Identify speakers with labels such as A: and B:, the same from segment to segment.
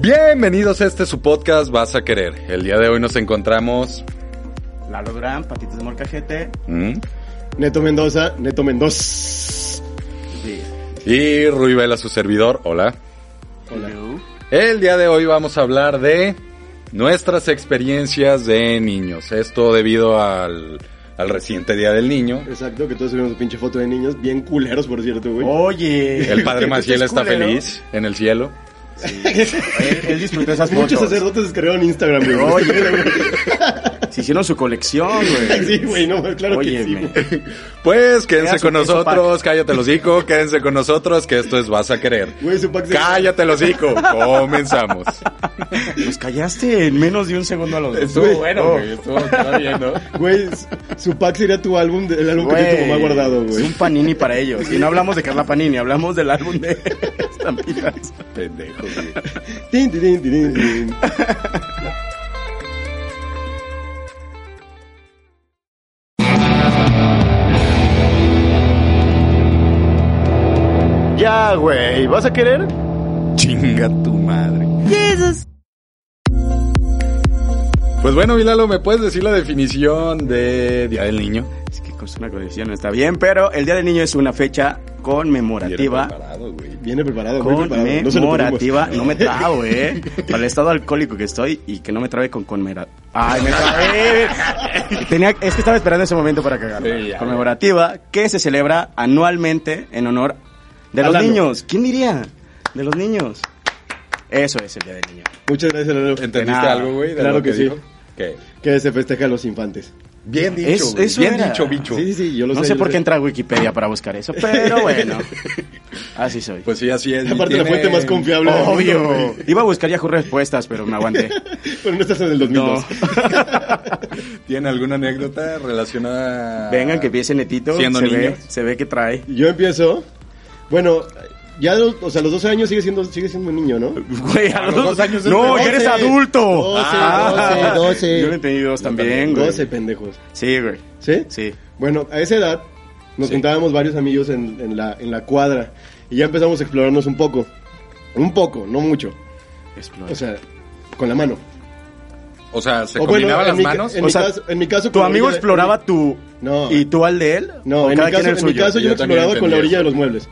A: Bienvenidos a este su podcast Vas a Querer. El día de hoy nos encontramos...
B: Lalo Durán, Patitas de Molcajete.
A: ¿Mm?
C: Neto Mendoza, Neto Mendoza.
B: Sí.
A: Y Rui Vela, su servidor. Hola.
C: Hola.
B: Hello.
A: El día de hoy vamos a hablar de nuestras experiencias de niños. Esto debido al, al reciente Día del Niño.
C: Exacto, que todos subimos una pinche foto de niños bien culeros, por cierto, güey.
B: Oh. Oye.
A: El Padre Maciel
B: ¿estás
A: está
B: culero?
A: feliz en el cielo.
B: Él, él disfrutó esas
C: Muchos
B: fotos.
C: sacerdotes descargaron Instagram, güey.
B: Oye, güey. Se hicieron su colección, güey.
C: Sí, güey, no, claro que sí.
B: Óyeme.
C: güey.
A: Pues quédense
B: Era su
A: con
B: queso
A: nosotros, cállate los hocico, quédense con nosotros que esto es Vas a Querer.
C: Güey, su pack se-
A: Cállate los hocico, comenzamos.
B: Nos callaste en menos de un segundo a los dos.
C: Güey,
A: bueno, güey, estuvo está bien, ¿no?
C: Güey, su pack sería tu álbum, de- el álbum que tiene tu mamá guardado,
B: Es un
C: güey.
B: panini para ellos. Y no hablamos de Carla Panini, hablamos del álbum de estampitas.
A: Pendejo, güey.
C: Tin, tin, tin, tin, tin.
B: Ya, güey. ¿Vas a querer?
A: Chinga tu madre. Pues bueno, Vilalo, ¿me puedes decir la definición de Día del Niño?
B: Es que con una colección no está bien, pero el Día del Niño es una fecha conmemorativa.
A: Preparado, güey.
C: Viene preparado, muy preparado. No se lo
B: Conmemorativa,
C: pedimos.
B: no me trabo, eh. Para el estado alcohólico que estoy y que no me trabe con conmemora. Ay, me trabé. Tenía, es que estaba esperando ese momento para cagar.
A: Sí, ya.
B: conmemorativa que se celebra anualmente en honor de los
C: Alano.
B: niños. ¿Quién diría? De los niños. Eso es el Día del Niño.
C: Muchas gracias, Lalo.
A: ¿Entendiste
B: nada.
A: algo, güey? de
C: Claro
A: lo
C: que sí.
A: dijo? ¿Qué?
C: Que se festeja a los infantes.
A: Bien dicho,
B: Es-
A: güey.
B: eso
A: Bien
B: era.
A: dicho, bicho.
C: Sí, sí, sí, yo lo
B: no
C: sé.
B: sé
C: yo
B: por
C: lo
B: qué entra a Wikipedia para buscar eso, pero bueno. Así soy.
A: Pues sí, así es.
C: Aparte,
A: Y
C: la fuente más confiable del mundo,
B: Obvio.
C: güey.
B: Iba a buscar Yahoo Respuestas, pero me aguanté.
C: Pero no estás en el 2002.
B: No.
A: ¿Tiene alguna anécdota relacionada?
B: Vengan, que empiece Netito.
A: Siendo
B: se
A: niño.
B: Ve, se ve que trae.
C: Yo empiezo. Bueno, ya, los- o sea, los 12 años sigue siendo, sigue siendo un niño, ¿no?
B: Güey, a
A: los
B: los
A: dos años es
B: No,
A: de
B: ya eres
C: 12.
B: adulto.
C: 12, 12, 12.
B: Yo le entendí dos también, güey.
C: 12 pendejos.
B: Sí, güey.
C: ¿Sí?
B: Sí.
C: Bueno, a esa edad nos
B: Sí.
C: juntábamos varios amigos en, en la, en la cuadra y ya empezamos a explorarnos un poco. Un poco, no mucho.
B: Explora.
C: O sea, con la mano.
A: O sea, ¿se
C: O bueno,
A: combinaban
C: en mi
A: las
C: ca-
A: manos?
C: En,
B: O
C: mi,
B: sea,
C: caso, en mi caso...
B: ¿Tu
C: con la
B: amigo
C: orilla de-
B: exploraba tu...
C: No.
B: ¿Y tú al de él? ¿O
C: No, en mi,
B: cada quien
C: caso,
B: el
C: en mi
B: suyo?
C: caso yo,
A: Yo también
C: exploraba con la
A: entendí
C: orilla
A: eso.
C: de los muebles.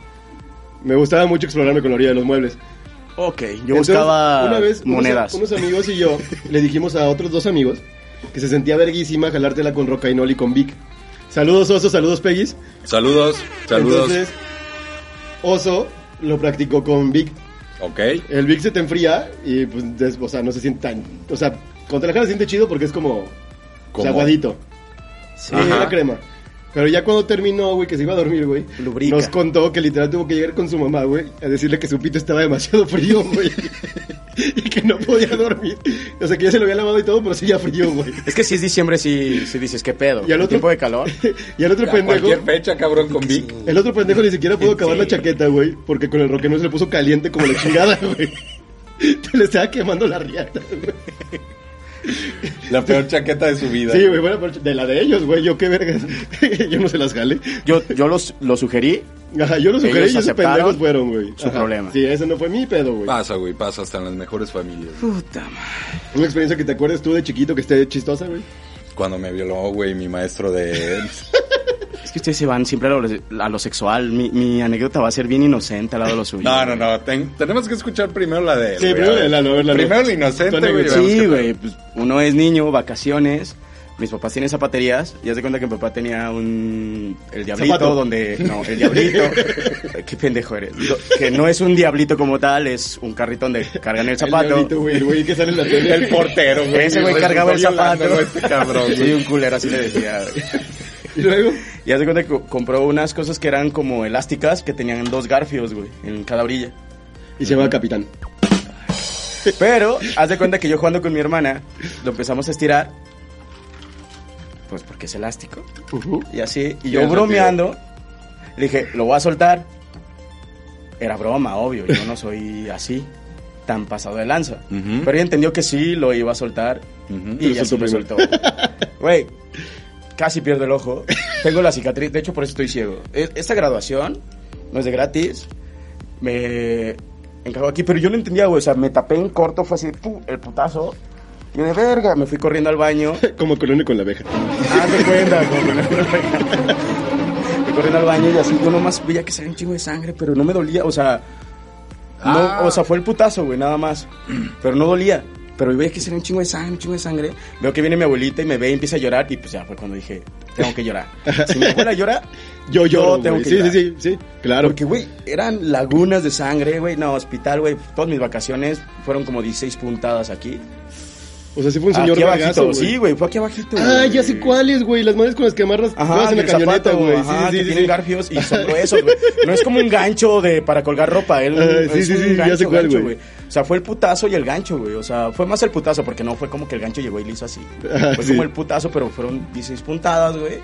C: Me gustaba mucho explorarme con la orilla de los muebles.
B: Ok, yo
C: Entonces,
B: buscaba
C: una vez, unos-
B: monedas.
C: Unos, amigos y yo le dijimos a otros dos amigos que se sentía verguísima jalártela con Rocainol y con Vic. Saludos, Oso, saludos, Peguis.
A: Saludos, saludos.
C: Entonces, Oso lo practicó con Vic.
A: ok.
C: El Vic se te enfría y, pues, des- o sea, no se siente tan. O sea, contra la cara se siente chido porque es como. o sea,
A: Como-
C: aguadito.
B: Sí.
C: Sí,
A: Ajá.
C: la crema. Pero ya cuando terminó, güey, que se iba a dormir, güey,
B: Lubrica.
C: nos contó que literal tuvo que llegar con su mamá, güey, a decirle que su pito estaba demasiado frío, güey, y que no podía dormir. O sea, que ya se lo había lavado y todo, pero seguía frío, güey.
B: Es que si es diciembre, si, si dices, ¿qué pedo?
C: Y al otro
B: ¿Tiempo de calor?
C: y al otro
A: A
C: pendejo,
A: cualquier fecha, cabrón, con Vic.
C: el otro pendejo ni siquiera pudo acabar la
B: Sí.
C: chaqueta, güey, porque con el roquenol se le puso caliente como la chingada, güey. Te le estaba quemando la riata, güey.
A: La peor chaqueta de su vida.
C: Sí, güey, bueno, pero de la de ellos, güey, yo qué vergas. yo no se las jale.
B: Yo, yo los, lo sugerí.
C: Ajá, yo lo sugerí
B: Ellos
C: y esos
B: aceptaron
C: pendejos fueron, güey.
B: su
C: Ajá.
B: problema. Ah.
C: Sí, ese no fue mi pedo, güey.
A: Pasa, güey, pasa hasta en las mejores familias.
B: Puta madre.
C: Una experiencia que te acuerdes tú de chiquito que esté chistosa, güey.
A: Cuando me violó, güey, mi maestro de...
B: Es que ustedes se van siempre a lo, a lo sexual. Mi, mi anécdota va a ser bien inocente al lado de lo suyo.
A: No, no, no, ten- tenemos que escuchar primero la de... él,
C: Sí,
A: güey,
C: primero
A: a ver.
C: la de Lalo, a ver, Lalo.
A: Primero la
C: Tu
A: inocente, güey.
C: anécdota.
A: veamos qué
B: Sí,
A: tal.
B: güey. Pues uno es niño, vacaciones. Mis papás tienen zapaterías. Y haz de cuenta que mi papá tenía un. El diablito,
C: Zapato.
B: donde. No, el diablito. Qué pendejo eres. Do- Que no es un diablito como tal, es un carrito donde cargan el
C: El
B: zapato.
C: diablito, güey, el güey que sale en la tele.
A: El portero, güey.
B: Ese güey cargaba el
A: Está
B: zapato.
A: violándolo, Este cabrón,
B: Sí,
A: güey.
B: un culero, así le decía. güey.
C: Y luego,
B: Y hace cuenta que co- compró unas cosas que eran como elásticas que tenían dos garfios, güey, en cada orilla.
C: Y se llama Capitán.
B: Pero haz de cuenta que yo jugando con mi hermana lo empezamos a estirar. Pues porque es elástico.
C: Ujú.
B: Y así, y
A: Tiene
B: yo
A: sentido.
B: bromeando, le dije, lo voy a soltar. Era broma, obvio, yo no soy así, tan pasado de lanza.
A: Ujú.
B: Pero ella entendió que sí lo iba a soltar
A: Ujú.
B: y
C: Lo
B: ya sí lo
C: soltó
B: soltó. Güey, casi pierdo el ojo. Tengo la cicatriz, de hecho por eso estoy ciego. E- Esta graduación no es de gratis. Me encajó aquí, pero yo no entendía, güey. O sea, me tapé en corto, fue así, ¡pum! el putazo. Y de verga, me fui corriendo al baño.
C: Como colonia con la abeja.
B: Hazte Ah, cuenta, Me corriendo al baño y así, yo nomás veía que salía un chingo de sangre, pero no me dolía, o sea,
A: Ah.
B: no, o sea, fue el putazo, güey, nada más, pero no dolía, pero yo veía que salía un chingo de sangre, un chingo de sangre, veo que viene mi abuelita y me ve y empieza a llorar, y pues ya fue cuando dije, tengo que llorar, si mi abuela llora,
C: Yo lloro,
B: tengo
C: güey.
B: que
C: Sí, sí,
B: llorar.
C: sí, sí. Claro.
B: porque, güey, eran lagunas de sangre, güey, no, hospital, güey, todas mis vacaciones fueron como 16 puntadas aquí,
C: O sea, sí fue un señor
B: aquí abajito,
C: bagazo,
B: sí,
C: güey.
B: güey, fue aquí abajito,
C: Ah,
B: güey.
C: ya sé cuáles, güey. Las manos con las que amarras
B: Ajá,
C: todas en la
B: del
C: camioneta,
B: zapato,
C: güey. Sí,
B: ajá,
C: sí,
B: que
C: sí,
B: tienen
C: sí.
B: garfios y son gruesos, güey. No es como un gancho de para colgar ropa, él
C: Ah,
B: es
C: sí, sí,
B: un
C: sí, ya
B: gancho,
C: sé cuál,
B: gancho,
C: güey.
B: O sea, fue el putazo y el gancho, güey. O sea, fue más el putazo porque no fue como que el gancho llegó y le hizo así.
C: Ah,
B: Fue
C: sí.
B: como el putazo, pero fueron 16 puntadas, güey.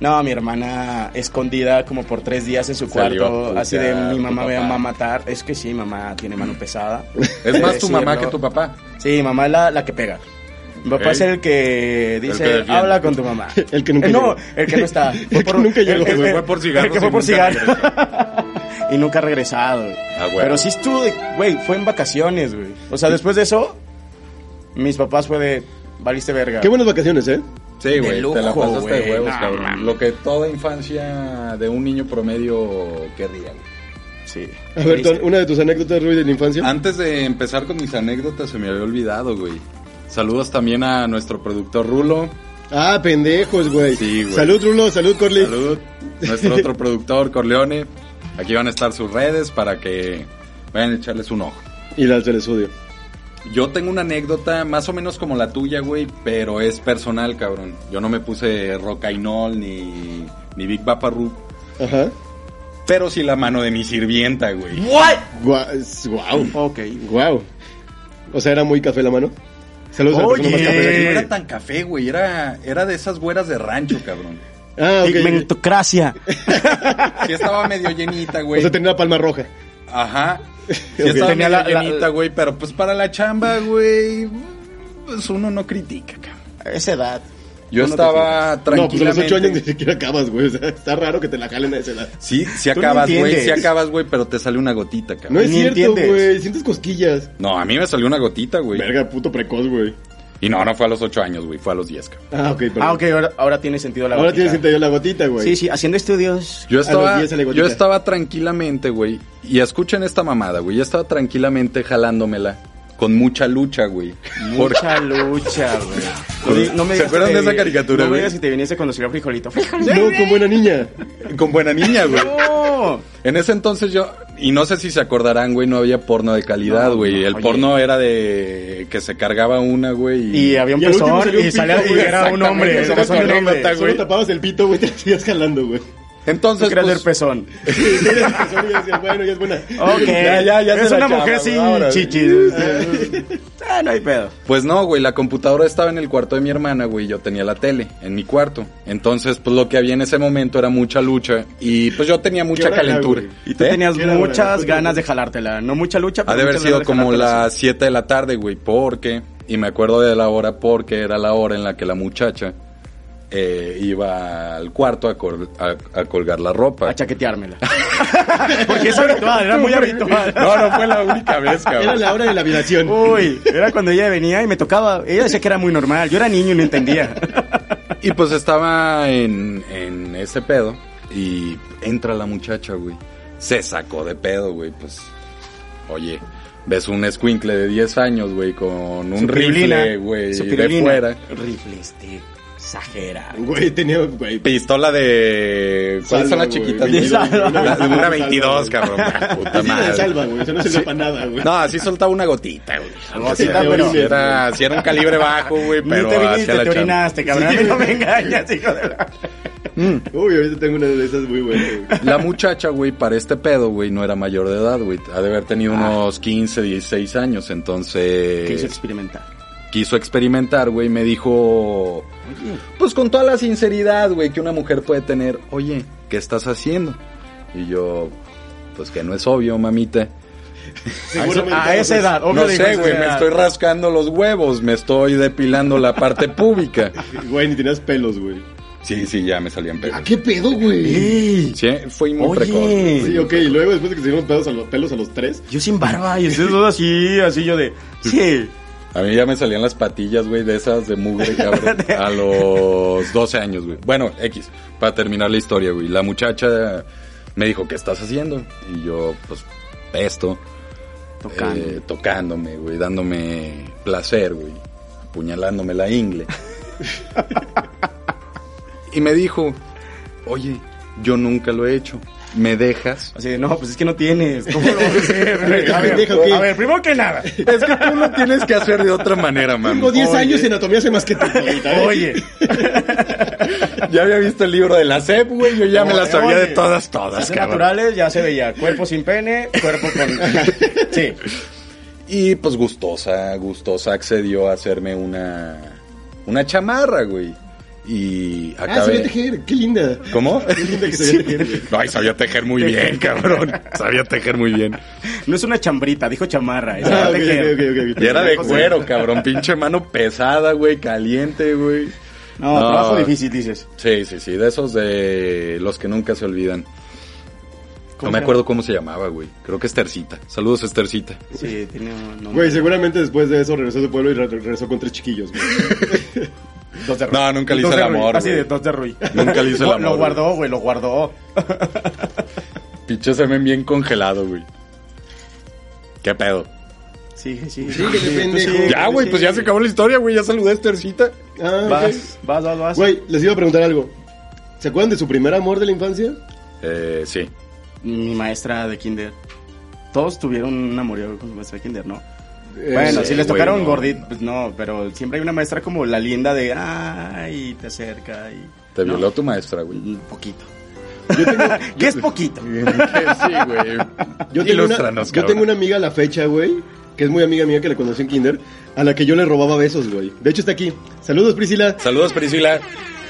B: No, mi hermana escondida como por tres días en su
A: Se le iba a
B: cuarto, así de
A: putear
B: mi mamá
A: tu
B: me va
A: papá".
B: a matar. Es que sí, mamá tiene mano pesada. Eh,
A: Es más tu
B: Decirlo.
A: mamá que tu papá.
B: Sí, mamá es la, la que pega. Mi papá
A: Ok.
B: es el que dice,
A: que defiende.
B: habla con tu mamá.
C: El que nunca
B: Eh, No,
C: llegó.
B: el que no está. Fue
C: El que nunca llegó,
A: Que se fue por cigarros.
B: el que
A: y
B: fue por
A: nunca
B: cigarro.
A: regresó.
B: y nunca ha regresado. güey.
A: Ah, güey.
B: Pero sí estuve, güey, fue en vacaciones, güey. O sea, después de eso, mis papás fue de, valiste verga.
C: Qué buenas vacaciones, ¿eh?
A: Sí,
B: De
A: güey, te la
B: lujo,
A: pasaste de
B: güey,
A: huevos,
B: no,
A: cabrón.
B: mames.
A: Lo que toda infancia de un niño promedio querría. güey.
B: Sí.
C: A ver,
B: Triste.
C: Ton, una de tus anécdotas, Rui, de la infancia.
A: Antes de empezar con mis anécdotas, se me había olvidado, güey. Saludos también a nuestro productor Rulo.
C: Ah, pendejos, güey.
A: Sí, güey.
C: Salud, Rulo, salud, Corley.
A: Salud. Nuestro otro productor, Corleone. Aquí van a estar sus redes para que vayan a echarles un ojo.
C: Y las del estudio.
A: Yo tengo una anécdota más o menos como la tuya, güey, pero es personal, cabrón. Yo no me puse rocainol ni, ni Big Papa Ru,
C: Ajá.
A: pero sí la mano de mi sirvienta, güey.
C: Guau. es- guau.
B: Ok.
C: Guau. O sea, era muy café la mano. Saludos a la persona más
B: Oye.
C: café de aquí.
A: pues, No era tan café, güey, era, era de esas güeras de rancho, cabrón.
C: Ah, ok.
B: Pigmentocracia.
A: Sí estaba medio llenita,
C: O
A: güey.
C: sea, tenía la palma roja.
A: Ajá. Sí
C: Ok.
A: estaba medio
B: Tenía la- la-
A: llenita, güey, pero pues para la chamba, güey, pues uno no critica, cabrón.
B: A Esa edad.
A: Yo
B: Tú no te
A: estaba
C: No, pues a los
A: tranquilamente...
C: ocho años ni siquiera acabas, güey. O sea, está raro que te la jalen a esa edad.
A: Sí, sí
B: Tú no
A: acabas, güey, sí
B: entiendes.
A: acabas, güey, pero te sale una gotita, cabrón.
C: No es
B: Ni
C: cierto,
B: entiendes.
C: güey. Sientes cosquillas.
A: No, a mí me salió una gotita, güey.
C: Verga, puto precoz, güey.
A: Y no, no fue a los 8 años, güey, fue a los 10, cabrón.
C: Ah, ok, perdón.
B: Ah, ok, ahora, ahora tiene sentido la
C: Ahora
B: gotita.
C: tienes sentido la gotita, güey.
B: Sí, sí, haciendo estudios.
A: Yo
C: A los
A: estaba,
C: 10 sale
A: yo
C: gotita.
A: estaba tranquilamente, güey, y escuchen esta mamada, güey, yo estaba tranquilamente jalándomela con mucha lucha, güey. Por-
B: Mucha lucha, güey. No di- No me
A: ¿Se
B: digas
A: acuerdan
B: que
A: de
B: te-
A: esa caricatura,
B: No me
A: güey?
B: digas que te viniste cuando salió frijolito. ¡Frijolito!
C: No, como una niña.
A: Con buena niña, güey.
B: ¡No!
A: En ese entonces yo, y no sé si se acordarán, güey, no había porno de calidad,
B: No,
A: güey.
B: no,
A: El
B: oye.
A: porno era de que se cargaba una, güey.
B: Y había un
C: Y al último
B: pezón
C: salió un
B: y, salía,
C: pito,
B: y
C: güey,
B: era un hombre.
C: Esa
B: El
C: era
B: pezón
C: tu
B: de un hombre.
C: anécdota, güey. Solo tapabas el pito, güey, te la seguías jalando, güey.
B: Tú
A: Entonces,
B: creas del
A: pues,
B: pezón.
C: Y ya le empezó, y ya decías, bueno, ya es buena.
B: Ok.
A: Ya, ya, ya
B: es
A: se la
B: una
A: acaba,
B: mujer
A: güey,
B: sin
A: ahora.
B: chichis. ah, no hay pedo.
A: Pues no, güey, la computadora estaba en el cuarto de mi hermana, güey, yo tenía la tele en mi cuarto. Entonces, pues lo que había en ese momento era mucha lucha y pues yo tenía mucha
C: hora era,
A: calentura.
C: güey?
B: Y tú
A: ¿Eh?
B: tenías
C: Era buena,
B: muchas
C: buena.
B: ganas de jalártela. No mucha lucha, pero
A: Ha de haber
B: muchas
A: sido
B: ganas
A: como
B: jalártela,
A: las 7 de la tarde, güey, porque, y me acuerdo de la hora porque era la hora en la que la muchacha eh, iba al cuarto a, col- a- a colgar la
B: sí.
A: ropa.
B: A chaqueteármela. Porque es habitual, era muy habitual.
A: No, no fue la única vez,
C: Era
A: cabrón.
C: la hora de la violación.
B: Uy, era cuando ella venía y me tocaba. Ella decía que era muy normal. Yo era niño y no entendía.
A: Y pues estaba en, en ese pedo y entra la muchacha, güey. Se sacó de pedo, güey, pues. Oye, ves un escuincle de 10 años, güey, con un
B: Su pirulina,
A: rifle, güey,
B: su
A: de
B: pirulina.
A: fuera.
B: Rifles de este, exagera.
C: Güey, tenía, güey.
A: Pistola de... ¿Cuáles son
C: Salva,
A: las chiquitas?
C: güey.
B: De salva.
A: La- Una
C: Salva,
A: 22,
C: salva,
A: cabrón. Ah, Puta
C: Así de salva,
A: madre.
C: güey. Eso no sirve para nada, güey.
A: No, así soltaba una gotita, güey. Aunque
B: gotita,
A: sea-
C: pero-
A: sí era, sí era un calibre bajo, güey,
B: Ni
A: pero
B: te
A: hacía
B: viniste,
A: la
B: te
A: chamba.
B: orinaste, cabrón. A mí no me engañas, hijo de la...
C: Uy, ahorita tengo una de esas muy buena, güey.
A: La muchacha, güey, para este pedo, güey, no era mayor de edad, güey. Ha de haber tenido unos 15, 16 años.
B: Quiso
A: Entonces,
B: experimentar.
A: quiso experimentar, güey. Me dijo, pues con toda la sinceridad, güey, que una mujer puede tener, oye, ¿qué estás haciendo? Y yo, pues que no es obvio, mamita.
C: Seguramente
B: a
C: no
B: esa
C: sé.
B: edad, obvio
A: No
B: dijo,
A: sé,
B: esa
A: güey, me
B: edad.
A: estoy rascando los huevos, me estoy depilando la parte pública.
C: Güey, ni tenías pelos, güey.
A: Sí, sí, ya me salían pedos.
C: ¿A qué pedo, güey?
B: Ey,
A: Sí, fui muy
B: Oye.
A: precoz. güey.
C: Sí, ok, y luego después de que se dieron pelos a los, pelos a los tres,
B: Yo sin barba y ustedes dos así, así yo de. Sí.
A: A mí ya me salían las patillas, güey, de esas de mugre, cabrón, a los 12 años, güey. Bueno, X, para terminar la historia, güey. La muchacha me dijo, ¿qué estás haciendo? Y yo, pues, esto.
B: Tocando.
A: eh, tocándome, güey, dándome placer, güey. Apuñalándome la ingle. y me dijo, oye, yo nunca lo he hecho. ¿Me dejas?
B: Así de, no, pues es que no tienes. ¿Cómo lo vas a hacer? A ver,
C: Pendejo, ¿qué?
B: a ver, primero que nada.
A: Es que tú lo tienes que hacer de otra manera, mami.
C: tengo 10
B: Oye.
C: años y anatomía se más que tú. güey, ¿sabes?
B: Oye,
A: Ya había visto el libro de la SEP, güey. Yo ya me la sabía
B: Oye.
A: de todas, todas,
B: las
A: cabrón.
B: naturales ya se veía. Cuerpo sin pene, cuerpo con. Sí.
A: Y pues gustosa, gustosa accedió a hacerme una una chamarra, güey. Y
C: Ah, sabía
A: acabé.
C: tejer, qué linda.
A: ¿Cómo?
C: Qué linda que sabía tejer, güey.
A: Ay, sabía tejer muy bien, cabrón. Sabía tejer muy bien.
B: No es una chambrita, dijo chamarra. es
C: Ah, ok,
B: de que-
C: ok, ok, ok.
A: Y era de cuero, cabrón. Pinche mano pesada, güey, caliente, güey.
B: No,
A: No.
B: trabajo difícil, dices.
A: Sí, sí, sí, de esos de los que nunca se olvidan. No
B: ¿Cómo
A: me
B: se
A: acuerdo cómo se llamaba, güey. Creo que Estercita. Saludos, Estercita.
B: Sí, tiene un nombre.
C: Güey, seguramente después de eso regresó a su pueblo y re- regresó con tres chiquillos, güey.
B: Dos de
A: No, nunca le hice
B: Dos de
A: el
B: Ruy,
A: amor,
B: Así
A: güey.
B: de dos de Rui.
A: Nunca le hice el amor,
B: Lo
A: güey.
B: guardó, güey, lo guardó.
A: Pinche semen bien congelado, güey. ¿Qué pedo?
B: Sí, sí.
C: Sí, que pendejo.
A: Ya, güey, pues ya se acabó la historia, güey. Ya saludé a Estercita.
C: Ah, ok.
B: Vas, vas, vas, vas.
C: Güey, les iba a preguntar algo. ¿Se acuerdan de su primer amor de la infancia?
A: Eh, sí.
B: Mi maestra de kinder. Todos tuvieron un amorío con su maestra de kinder, ¿no?
C: Eh,
B: Bueno,
A: Eh, sí,
B: si les
A: güey,
B: tocaron
A: no.
B: gorditos, pues no, pero siempre hay una maestra como la linda de, ay, te acerca y...
A: Te
B: ¿no?
A: violó tu maestra, güey.
B: Un Poquito. ¿Qué es poquito?
A: sí, güey.
C: Yo tengo, una,
A: Ilústranos,
C: yo
A: cabrón.
C: tengo una amiga a la fecha, güey, que es muy amiga mía que la conocí en Kinder, a la que yo le robaba besos, güey. De hecho, está aquí. Saludos, Priscila.
A: Saludos, Priscila.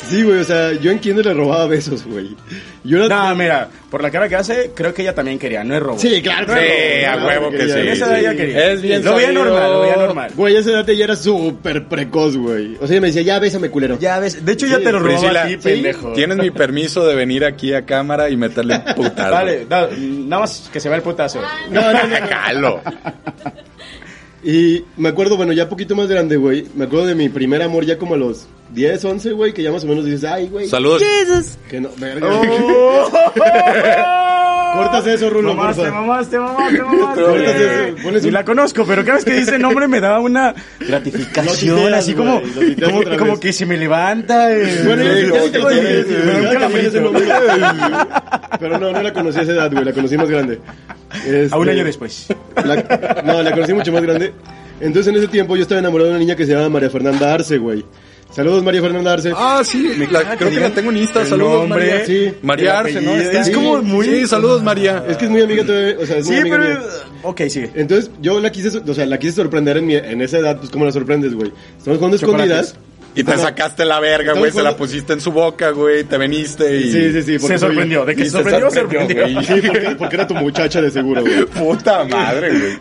C: Sí, güey, o sea, yo en Kinder le robaba besos, güey. Yo era-
B: No, mira, por la cara que hace, creo que ella también quería, no es robo.
C: Sí, claro.
A: Sí,
C: güey,
A: a
C: claro,
A: huevo que
C: quería,
A: sí.
C: güey.
B: Esa de ella quería.
A: Es bien
B: Lo veía
A: sabido.
B: normal, lo veía normal.
C: Güey, a esa edad ya era súper precoz, güey. O sea, ella me decía, ya bésame, culero.
B: Ya ves, de hecho ya
C: Sí,
B: te lo robaba
A: Priscila,
B: a ti, pendejo.
A: Tienes mi permiso de venir aquí a cámara y meterle un putazo.
B: Dale, da- nada más que se va el putazo.
C: No, no, no.
A: Calo.
C: Y me acuerdo, bueno, ya poquito más grande, güey. Me acuerdo de mi primer amor ya como a los 10, 11, güey, que ya más o menos dices, ay, güey.
A: Saludos.
C: Que no, verga. Oh. Cortas eso, Rulo,
B: Mamaste,
C: porfa.
B: mamaste, mamaste,
C: Cortas
B: mamaste.
C: eso, pones
B: Y
C: un-
B: la conozco, pero cada vez que dice nombre me daba una
C: Lo
B: gratificación,
C: tuiteas,
B: así
C: güey,
B: como,
C: lo tuiteas
B: como,
C: otra
B: como
C: vez.
B: que se me levanta. eh.
C: Bueno,
B: Sí,
C: ya sí
B: oye,
C: te lo
B: oye,
C: quieres,
B: me da un
C: ya también es el
B: calambrito.
C: nombre. Pero no, no la conocí a esa edad, güey, la conocí más grande. Este,
B: A un año después.
C: la- no, la conocí mucho más grande. Entonces en ese tiempo yo estaba enamorado de una niña que se llamaba María Fernanda Arce, güey. Saludos, María Fernanda Arce.
A: Ah, sí, la- creo que la tengo en Insta.
B: El
A: Saludos,
B: nombre,
A: María.
C: sí.
A: María
B: El
A: Arce, ¿no?
B: apellido.
A: Está-
B: Es como
A: Sí,
B: muy-
A: Sí, saludos, María.
C: Es que es muy amiga todavía, o sea, es
B: Sí,
C: muy amiga
B: pero...
C: mía.
B: Ok, sigue.
C: Entonces yo la quise, so- o sea, la quise sorprender en, mi- en esa edad, pues cómo la sorprendes, güey. Estamos jugando
B: Chocolates.
C: escondidas.
A: Y te sacaste la verga, güey. Se la pusiste en su boca, güey. Te veniste y.
C: Sí, sí, sí. porque
B: Se
C: soy-
B: sorprendió, de que
A: y
B: se
A: se
B: sorprendió,
A: sorprendió,
B: sorprendió.
A: güey.
C: Sí, porque, porque era tu muchacha de seguro, güey.
A: Puta madre, güey.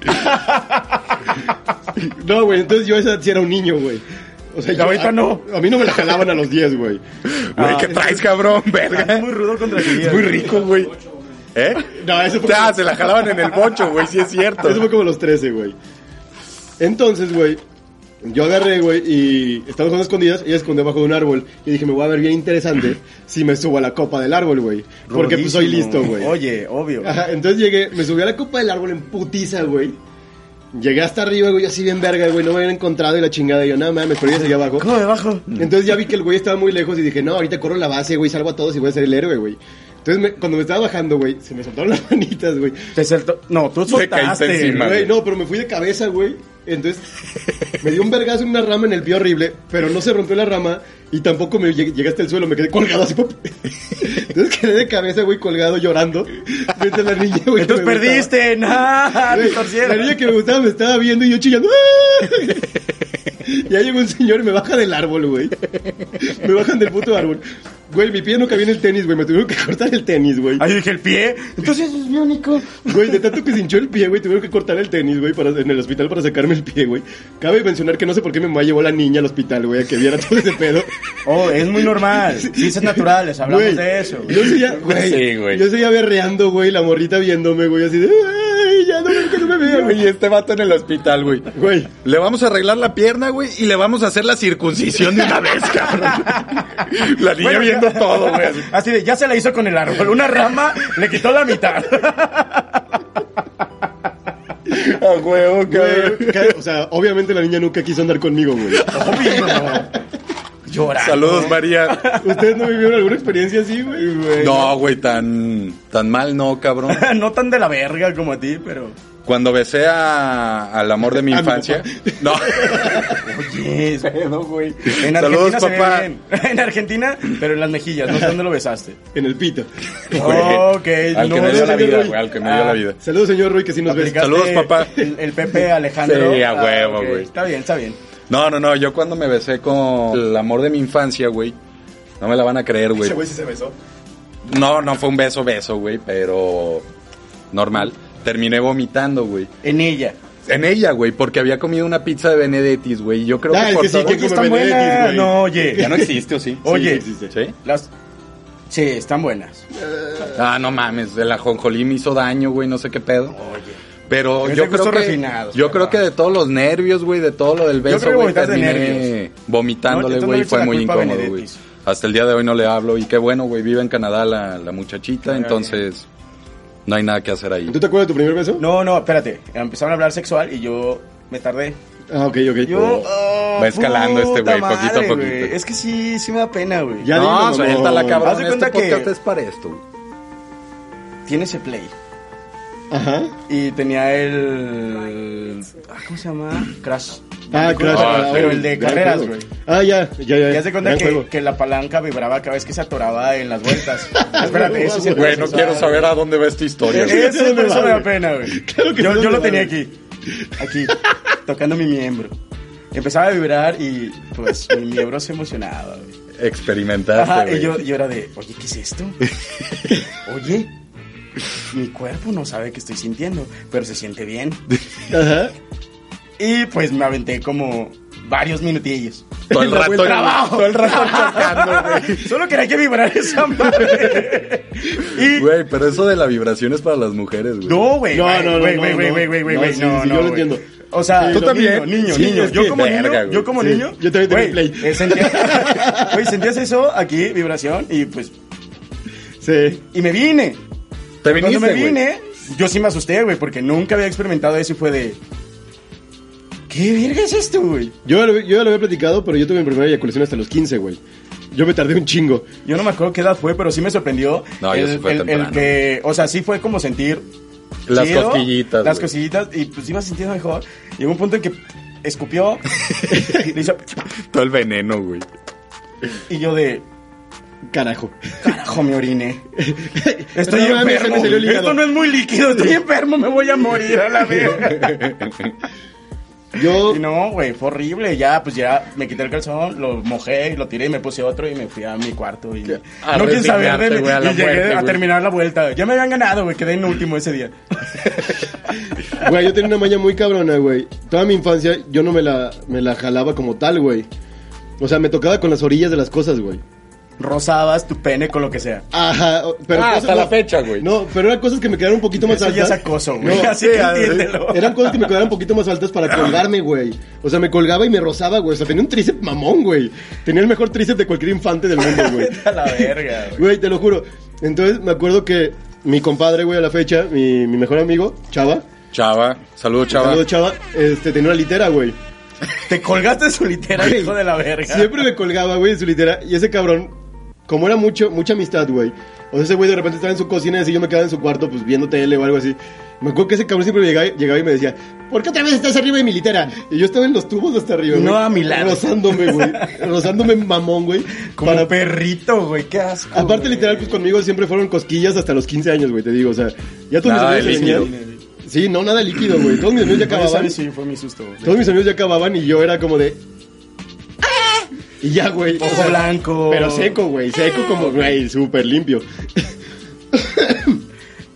C: No, güey, entonces yo a esa edad sí era un niño, güey. O sea, yo-
B: Ahorita
C: a-
B: no.
C: A mí no me la jalaban a los 10, güey.
A: Güey, ¿qué traes, cabrón?
B: Es
A: Verga.
B: muy rudo contra ti.
A: Es muy rico, güey. ¿Eh?
C: No, eso fue-
A: Ah, se la jalaban en el bocho, güey. Sí, es cierto.
C: Eso fue como a los 13, güey. Entonces, güey, yo agarré, güey, y estábamos jugando escondidas, ella escondió bajo de un árbol. Y dije, me voy a ver bien interesante si me subo a la copa del árbol, güey. Porque pues soy listo,
B: Rudísimo.
C: güey.
B: Oye, obvio.
C: Ajá, entonces llegué, me subí a la copa del árbol en putiza, güey. Llegué hasta arriba, güey, así bien verga, güey. No me habían encontrado y la chingada. Y yo, nada mames, pero ella seguía abajo.
B: ¿Cómo debajo?
C: Entonces ya vi que el güey estaba muy lejos y dije, no, ahorita corro la base, güey, salvo a todos y voy a ser el héroe, güey. Entonces me- cuando me estaba bajando, güey, se me soltaron las manitas, güey.
B: Te saltó. No, tú
A: Te caíste
B: soltaste.
A: encima.
C: Güey,
A: Madre.
C: no, pero me fui de cabeza, güey. Entonces me dio un vergazo en una rama en el pie horrible, pero no se rompió la rama Y tampoco me lleg- llegaste al suelo, me quedé colgado así. pop. Entonces quedé de cabeza, güey, colgado, llorando. Mientras la niña, güey. que
B: Entonces
C: me gustaba-
B: perdiste, nada,
C: Güey, La niña que me gustaba me estaba viendo y yo chillando. ¡ah! Ya llegó un señor y me baja del árbol, güey. Me bajan del puto árbol. Güey, mi pie no cabía en el tenis, güey. Me tuvieron que cortar el tenis, güey.
B: Ahí dije el pie. Entonces es biónico.
C: Güey, de tanto que se hinchó el pie, güey, tuvieron que cortar el tenis, güey, para, en el hospital para sacarme el pie, güey. Cabe mencionar que no sé por qué mi mamá llevó a la niña al hospital, güey, a que viera todo ese pedo.
B: Oh, es muy normal. Ciencias naturales, hablamos
C: Güey,
B: de eso. güey.
C: Yo seguía, güey,
A: Sí, güey.
C: yo seguía berreando, güey, la morrita viéndome, güey, así de, ay, ya no, que no me vea, güey.
A: Y este vato en el hospital, güey.
C: Güey,
A: Le vamos a arreglar la pierna, güey, y le vamos a hacer la circuncisión de una vez, cabrón. La niña
B: Bueno,
A: viendo
B: ya-
A: todo, güey. así.
B: Así de, ya se la hizo con el árbol. Una rama le quitó la mitad.
A: A huevo,
C: güey,
A: cabrón.
C: ca- o sea, obviamente la niña nunca quiso andar conmigo, güey.
B: Llora.
A: Saludos, María.
C: ¿Ustedes no vivieron alguna experiencia así, güey?
A: No, güey, tan, tan mal no, cabrón.
B: no tan de la verga como a ti, pero.
A: Cuando besé a- al amor de mi
C: A mi
A: infancia. No.
B: Oye, pedo, güey. En
A: Saludos,
B: Argentina se ve
A: papá.
B: bien. En Argentina, pero en las mejillas. No sé dónde lo besaste.
C: En el pito.
B: Ok,
A: al que
B: no,
A: me dio la
C: señor,
A: vida,
C: güey.
A: güey, al que me dio
B: Ah.
A: la vida.
C: Saludos, señor Roy, que sí nos ves.
B: Aplicaste
A: Saludos, papá.
B: El, el Pepe Alejandro.
A: Sí, a
B: Ah,
A: huevo,
B: ok.
A: güey.
B: Está bien, está bien.
A: No, no, no, yo cuando me besé con el amor de mi infancia, güey. No me la van a creer, güey.
C: Ese güey sí se besó.
A: No, no fue un beso, beso, güey, pero normal. Terminé vomitando, güey.
B: En ella.
A: En ella, güey, porque había comido una pizza de Benedettis, güey. y Yo creo
C: Ah,
A: que
C: es
A: por
C: que sí,
A: todo-
C: que
B: Oye, están
C: Benedettis,
B: buenas.
C: güey.
B: No, oye.
A: Ya no existe, ¿o sí?
B: Oye.
C: Sí, sí, sí.
A: ¿Sí?
B: Las... Sí, están buenas.
A: Ah, no mames, el ajonjolí me hizo daño, güey, no sé qué pedo.
B: Oye.
A: Pero
B: Es de
A: yo creo
B: gustos
A: que
B: refinados,
A: yo
B: cabrón.
A: creo que de todos los nervios, güey, de todo lo del
B: creo
A: beso,
B: que
A: güey,
B: vomitaste de
A: terminé
B: nervios. No,
A: vomitándole,
B: entonces no
A: güey,
B: le eches
A: fue
B: la
A: muy
B: culpa a
A: incómodo, güey.
B: Benedettis.
A: Hasta el día de hoy no le hablo y qué bueno, güey, vive en Canadá la, la muchachita,
B: Ah,
A: entonces no hay nada que hacer ahí.
C: ¿Tú te acuerdas de tu primer beso?
B: No, no, espérate. Empezaron a hablar sexual y yo me tardé.
C: Ah, ok, ok.
B: Yo.
A: Oh.
B: oh,
A: Va escalando este
B: puta
A: güey, poquito a
B: madre,
A: poquito.
B: güey. Es que sí, sí me da pena, güey.
C: Ya dilo,
A: no,
C: mamón.
A: suéltala, cabrón.
B: Haz de
A: este
B: cuenta que-
A: podcast es para esto. güey.
B: Tiene ese play.
C: Ajá.
B: Y tenía el. ah, ¿Cómo se llama? Crash.
C: Ah, Crash.
A: Ah,
C: ah,
B: pero
C: ah,
B: el de
C: gran
B: carreras,
C: juego.
B: güey.
C: Ah, ya, ya, ya.
B: Ya se cuenta
C: gran
B: que,
C: juego.
B: que la palanca vibraba cada vez que se atoraba en las vueltas. Espérate, eso sí.
A: Güey, no quiero saber a dónde va esta historia. güey.
B: Eso,
C: ¿Dónde
B: eso
C: va,
B: me da
C: güey?
B: pena, güey.
C: Claro que
B: yo
C: sí,
B: yo
C: ¿dónde
B: lo
C: va,
B: tenía
C: güey?
B: aquí. Aquí, tocando mi miembro. Empezaba a vibrar y pues mi miembro se emocionaba, güey. Ajá,
A: Experimentaste,
B: y yo,
A: Ah, güey.
B: yo era de, oye, ¿qué es esto? Oye, mi cuerpo no sabe qué estoy sintiendo, pero se siente bien.
C: Ajá.
B: Y pues me aventé como varios minutillos.
A: Todo el
B: Lo
A: rato
B: buen
A: en-
B: trabajo.
A: todo el rato chocando, güey.
B: Solo quería que vibrara esa madre. Y
A: Güey, pero eso de la vibración es para las mujeres, güey.
B: no, güey.
C: No,
B: güey,
C: no, no,
B: Güey,
C: no,
B: güey, güey,
C: no.
B: güey, güey, güey,
C: No,
B: güey.
C: sí,
B: No,
C: sí,
B: no,
C: yo lo
B: güey.
C: entiendo.
B: O sea,
C: Sí,
A: tú
B: niño,
A: también.
B: Niño,
A: Sí,
B: niño.
A: es
B: Yo
A: que
B: como
A: verga,
B: niño,
A: güey.
B: yo como
C: Sí,
B: niño.
C: yo también tengo
B: güey,
C: play.
B: eh, sentías- Güey, sentías eso aquí, vibración, y pues.
C: Sí.
B: Y me vine.
A: te
B: Cuando me
A: güey.
B: vine, yo sí me asusté, güey, porque nunca había experimentado eso y fue de. ¿Qué verga es esto, güey?
C: Yo, ya lo- yo ya lo había platicado, pero yo tuve mi primera eyaculación hasta los 15, güey. Yo me tardé un chingo.
B: Yo no me acuerdo qué edad fue, pero sí me sorprendió.
A: No, yo
B: el,
A: sí fue
B: el- el
A: temprano.
B: que, o sea, sí fue como sentir.
A: Las
B: chido,
A: cosquillitas,
B: Las
A: güey.
B: cosquillitas, y pues iba sintiendo mejor. Llegó un punto en que escupió. le hizo-
A: Todo el veneno, güey.
B: y yo de.
C: Carajo.
B: Carajo, me oriné. Estoy
C: No mames, se
B: enfermo.
C: me salió el hígado.
B: Esto no es muy líquido, estoy enfermo, me voy a morir a la verga.
C: Yo.
B: Y no, güey, fue horrible. Ya, pues ya me quité el calzón, lo mojé, lo tiré y me puse otro y me fui a mi cuarto. Y
A: A
B: no quise saber de
A: resignarte,
B: mí.
A: güey, a la
B: Y llegué
A: muerte,
B: a
A: güey.
B: terminar la vuelta. Ya me habían ganado, güey, quedé en último ese día.
C: Güey, yo tenía una maña muy cabrona, güey. Toda mi infancia yo no me la, me la jalaba como tal, güey. O sea, me tocaba con las orillas de las cosas, güey.
B: Rozabas tu pene con lo que sea.
C: Ajá, o- pero.
A: Ah,
C: cosas-
A: hasta la fecha, güey.
C: No, pero eran cosas que me quedaron un poquito más
B: Eso ya
C: altas.
B: es acoso, güey.
C: No,
B: Así que
A: sí, a ver.
B: entiéndelo.
C: Eran cosas que me quedaron un poquito más altas para colgarme, güey. O sea, me colgaba y me rozaba, güey. O sea, tenía un tríceps mamón, güey. Tenía el mejor tríceps de cualquier infante del mundo, güey.
B: Vete a la verga, güey.
C: Güey, te lo juro. Entonces, me acuerdo que mi compadre, güey, a la fecha, mi, mi mejor amigo, Chava,
A: Chava, saludos, Chava.
C: saludo Chava, este, tenía una litera, güey.
B: Te colgaste de su litera,
C: Güey,
B: hijo de la verga.
C: Siempre me colgaba, güey, en su litera. Y ese cabrón, como era mucho, mucha amistad, güey. O sea, ese güey de repente estaba en su cocina y así yo me quedaba en su cuarto, pues viendo tele o algo así. Me acuerdo que ese cabrón siempre llegaba, llegaba y me decía, ¿por qué otra vez estás arriba de mi litera? Y yo estaba en los tubos hasta arriba, güey.
B: No, a mi lado.
C: Rozándome, güey. rozándome mamón, güey.
B: Como
C: Para-
B: perrito, güey, qué asco.
C: Aparte,
B: güey.
C: literal, pues conmigo siempre fueron cosquillas hasta los 15 años, güey, te digo. O sea, ya todos
A: Nada
C: mis
A: de
C: amigos se
A: líquido.
C: venían- Sí, no, nada líquido, güey. Todos mis amigos ya
B: Esa
C: acababan.
B: vez sí fue mi susto. güey.
C: Todos mis amigos ya acababan y yo era como de. "Ah", Y ya, güey. O
B: Ojo
C: sea,
B: blanco.
C: Pero seco, güey. Seco como, güey, súper limpio.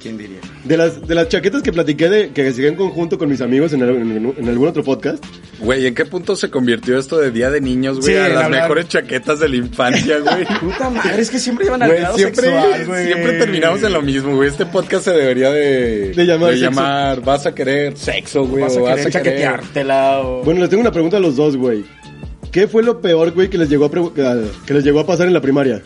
B: ¿Quién diría?
C: De las, de las chaquetas que platiqué de que llegué en conjunto con mis amigos en, al- en- en algún otro podcast.
A: Güey, ¿en qué punto se convirtió esto de Día de Niños, güey?
B: Sí,
A: a
B: en
A: las
B: hablar.
A: mejores chaquetas de la infancia, güey.
B: Puta madre, es que siempre llevan al
A: Güey,
B: grado
A: siempre,
B: sexual, güey.
A: siempre terminamos en lo mismo, güey. Este podcast se debería de,
C: De llamar sexo.
A: llamar, vas a querer sexo, güey.
B: Vas
A: o
B: a querer
A: querer-
B: chaqueteártela o...
C: Bueno, les tengo una pregunta a los dos, güey. ¿Qué fue lo peor, güey, que les llegó a, pre- a- que les llegó a pasar en la primaria?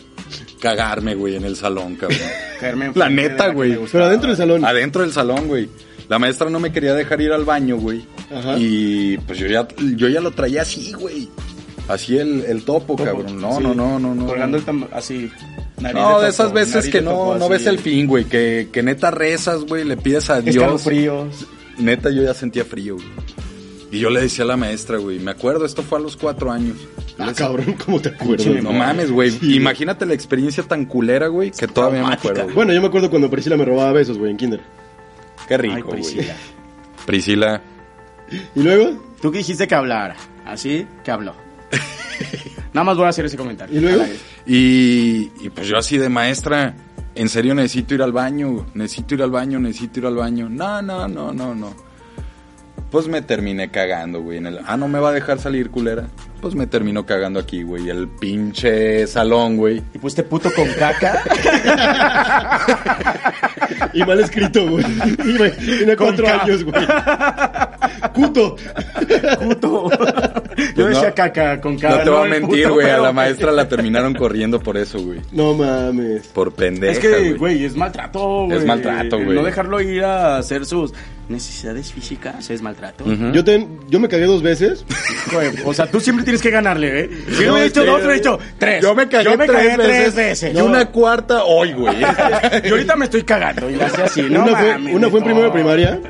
A: Cagarme, güey, en el salón, cabrón.
B: Caerme enfrente
A: la
B: de la
A: neta,
B: que
A: güey.
B: me gusta.
C: Pero adentro del salón.
A: Adentro del salón, güey. La maestra no me quería dejar ir al baño, güey.
C: Ajá.
A: Y pues yo ya, yo ya lo traía así, güey. Así el, el topo, cabrón. No,
B: Sí,
A: no, no, no, no.
B: Colgando el tam- así. nariz
A: No, de
B: topo,
A: esas veces
B: nariz
A: que
B: de topo,
A: no, no
B: así.
A: ves el fin, güey. Que, que neta rezas, güey. Le pides a Dios.
B: Escalofríos.
A: Neta, yo ya sentía frío, güey. Y yo le decía a la maestra, güey. Me acuerdo, esto fue a los cuatro años.
C: Ah, cabrón, ¿cómo te acuerdas?
B: Sí,
A: No mames, güey. Imagínate la experiencia tan culera, güey, que todavía me acuerdo. güey.
C: Bueno, yo me acuerdo cuando Priscila me robaba besos, güey, en kinder.
A: Qué
B: Ay,
A: rico, güey.
B: Priscila.
A: Priscila.
C: ¿Y luego?
B: Tú que dijiste que hablar. Así que habló. Nada más voy a hacer ese comentario.
C: ¿Y luego?
B: A la vez.
A: Y, y pues yo así de maestra, en serio necesito ir al baño, necesito ir al baño, necesito ir al baño. No, no, no, no, no. Pues me terminé cagando, güey. en el- ah, no me va a dejar salir, culera. Pues me terminó cagando aquí, güey. El pinche salón, güey.
B: Y pusiste puto con caca.
C: Y mal escrito, güey. Y me- Tenía
B: Con
C: cuatro
B: K.
C: años, güey. Cuto.
B: Puto. Yo
A: Pues no.
B: decía caca con caca.
A: no te voy a
B: el
A: mentir,
B: puto,
A: güey. A
B: pero-
A: la maestra la terminaron corriendo por eso, güey.
C: No mames.
A: Por pendeja,
B: Es que, güey, es maltrato, güey.
A: Es maltrato,
B: El
A: güey.
B: No dejarlo ir a hacer sus necesidades físicas es maltrato.
A: Ujú.
C: Yo, te, yo me cagué dos veces.
B: Güey, o sea, tú siempre tienes que ganarle, ¿eh? Si yo
A: No,
B: he dicho
A: este-
B: dos, he dicho tres.
A: Yo me cagué, tres, veces, Y
B: No.
A: una cuarta hoy, güey.
B: Yo ahorita me estoy cagando. Y así, así, no
C: una, fue,
B: mames,
C: una fue
B: no.
C: en primero de primaria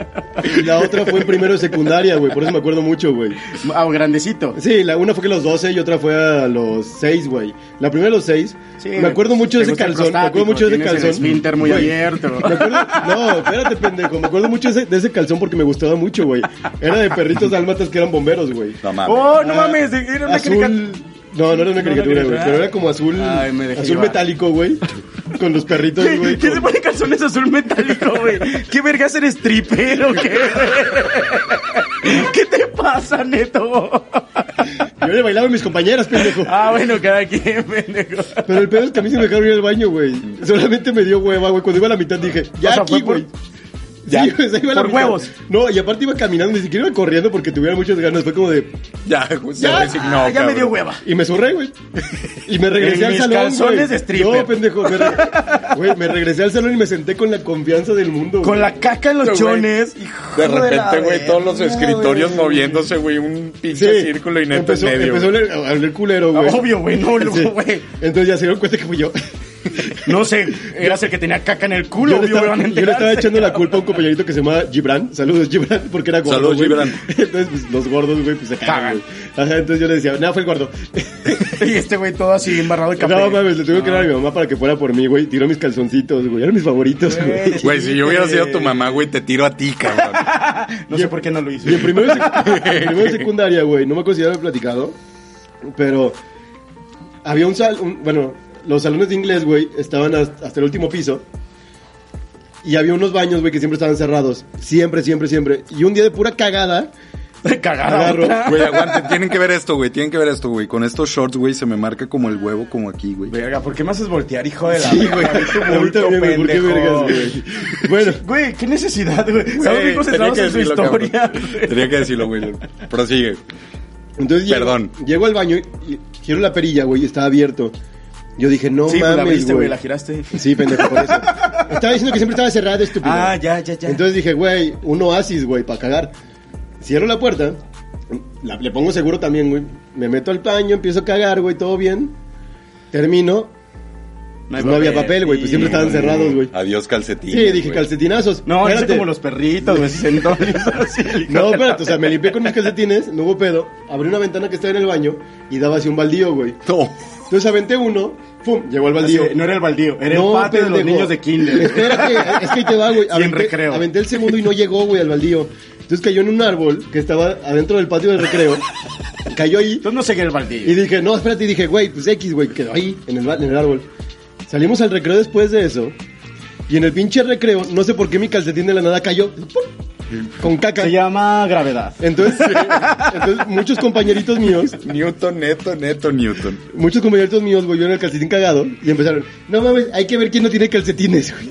C: y la otra fue en primero de secundaria, güey. Por eso me acuerdo mucho, güey.
B: Ah, grandecito.
C: Sí, la una fue que a los 12 y otra fue a los 6, güey. La primera a los 6.
B: Sí,
C: me acuerdo mucho de
B: te
C: ese
B: gusta el
C: calzón. Me
B: prostático,
C: acuerdo mucho de ese
B: tienes el
C: calzón.
B: esfínter muy
C: Güey,
B: abierto.
C: me acuerdo- no, espérate, pendejo. Me acuerdo mucho de ese, de ese calzón porque me gustaba mucho, güey. Era de perritos dálmatas que eran bomberos, güey.
A: No mames.
B: Oh, no
C: Ah,
B: mames, era una
C: azul.
B: caricatura.
C: No, no era una caricatura, güey.
B: caricatura.
C: Pero era como azul.
B: Ay, me dejé
C: azul
B: llevar.
C: metálico, güey. Con los perritos, güey.
B: ¿Quién se
C: con-
B: pone calzones azul metálico, güey? ¿Qué vergas eres stripper o qué? ¿Qué te pasa, neto?
C: Yo le bailaba a mis compañeras, pendejo.
B: Ah, bueno, cada quien, pendejo.
C: Pero el pedo es que a mí se me dejaron ir al baño, güey. Solamente me dio hueva, güey. Cuando iba a la mitad dije, ya
B: O sea,
C: aquí,
B: fue por-
C: güey.
B: Ya,
C: Sí, güey, se iba a la
B: por
C: mitad.
B: huevos.
C: No, y aparte iba caminando, ni siquiera iba corriendo porque tuviera muchas ganas. Fue como de.
A: Ya, güey, se
C: Ya,
A: resignó,
B: Ah, ya me
A: cabrón.
B: dio hueva.
C: Y me zurré, güey. Y me regresé
B: En
C: al
B: mis
C: salón.
B: calzones
C: güey.
B: de stripper.
C: No, pendejo. me re- Güey, me regresé al salón y me senté con la confianza del mundo.
B: Con
C: güey.
B: la caca en los
A: Güey,
B: chones.
A: De
B: hijo la
A: repente, güey, todos los
B: verga,
A: escritorios
B: güey.
A: moviéndose, güey, un
C: Sí.
A: pinche círculo y neta en
C: empezó,
A: medio.
C: empezó a
A: güey.
C: oler- a oler culero, güey.
B: Obvio, güey, no,
C: Sí.
B: güey.
C: Entonces ya se dieron cuenta que fui yo.
B: No sé, eras el que tenía caca en el culo,
C: yo, le
B: obvio,
C: estaba,
B: van a
C: yo le estaba
B: enterarse.
C: echando la culpa a un compañerito que se llama Gibran. Saludos, Gibran, porque era gordo.
A: Saludos,
C: güey.
A: Gibran.
C: Entonces, pues, los gordos, güey, pues se cagan.
B: Cagan.
C: güey. Ajá, entonces yo le decía, no, fue el gordo.
B: Y este güey todo así embarrado de café.
C: No mames, le tengo que dar a mi mamá para que fuera por mí, güey. Tiró mis calzoncitos, güey. Eran mis favoritos, güey.
A: Güey, si yo hubiera sido tu mamá, güey, te tiro a ti, cabrón.
B: No sé por qué no lo hizo.
C: Y en primero, de sec- en primero de secundaria, güey, no me considero haber platicado, pero había un sal, un- bueno, los salones de inglés, güey, estaban hasta, hasta el último piso y había unos baños, güey, que siempre estaban cerrados, siempre, siempre, siempre. Y un día de pura cagada,
B: Cagado.
C: agarro,
A: Güey, aguante, tienen que ver esto, güey, tienen que ver esto, güey. Con estos shorts, güey, se me marca como el huevo, como aquí, güey.
B: Verga, ¿por qué me haces voltear, hijo de la
C: sí, güey, ahorita bien, güey, ¿por qué vergas, güey? Bueno,
B: Güey, qué necesidad, güey. Estamos
A: Güey, tenía
B: bien concentrados
A: que
B: en su
A: decirlo, cabrón.
B: historia.
A: Tenía que decirlo, güey. Prosigue.
C: entonces llego-
A: Perdón.
C: Llego, al baño y, y giro la perilla, güey, y estaba abierto. Yo dije, no
B: Sí, pues la
C: mames,
B: abriste, güey,
C: güey.
B: la giraste.
C: Sí, pendejo, por eso. Estaba diciendo que siempre estaba cerrado, estúpido.
B: Ah, ya, ya, ya.
C: Entonces dije, güey, un oasis, güey, para cagar. Cierro la puerta, la- le pongo seguro también, güey. Me meto al paño, empiezo a cagar, güey, todo bien. Termino. Pues no había papel, güey, pues siempre estaban cerrados, güey.
A: Adiós calcetín.
C: Sí, dije calcetinazos.
B: Ah, No, es
C: espérate.
B: como los perritos, güey, si se sentó y hizo así el hijo
C: No,
B: de la-
C: espérate, o sea, me limpié con mis calcetines, no hubo pedo, abrí una ventana que estaba en el baño y daba hacia un baldío, güey.
A: No.
C: Entonces aventé uno, pum, llegó al baldío.
B: Así, No era el baldío, era
C: No,
B: el patio de los
C: pendejo.
B: niños de kinder.
C: Espérate, es que ahí te va, güey.
B: Sin
C: Aventé,
B: recreo.
C: aventé el segundo y no llegó, güey, al baldío. Entonces cayó en un árbol que estaba adentro del patio del recreo. Cayó ahí
B: Entonces no sé qué era el
C: y
B: baldío.
C: dije, no, espérate. Y dije, güey, pues X, güey, quedó ahí, en el, ba- en el árbol. Salimos al recreo después de eso. Y en el pinche recreo, no sé por qué mi calcetín de la nada cayó. ¡pum! Con caca.
B: Se llama gravedad.
C: Entonces, entonces, muchos compañeritos míos,
A: Newton, neto, neto, Newton.
C: muchos compañeritos míos, güey, vieron el calcetín cagado y empezaron, no mames, hay que ver quién no tiene calcetines, güey.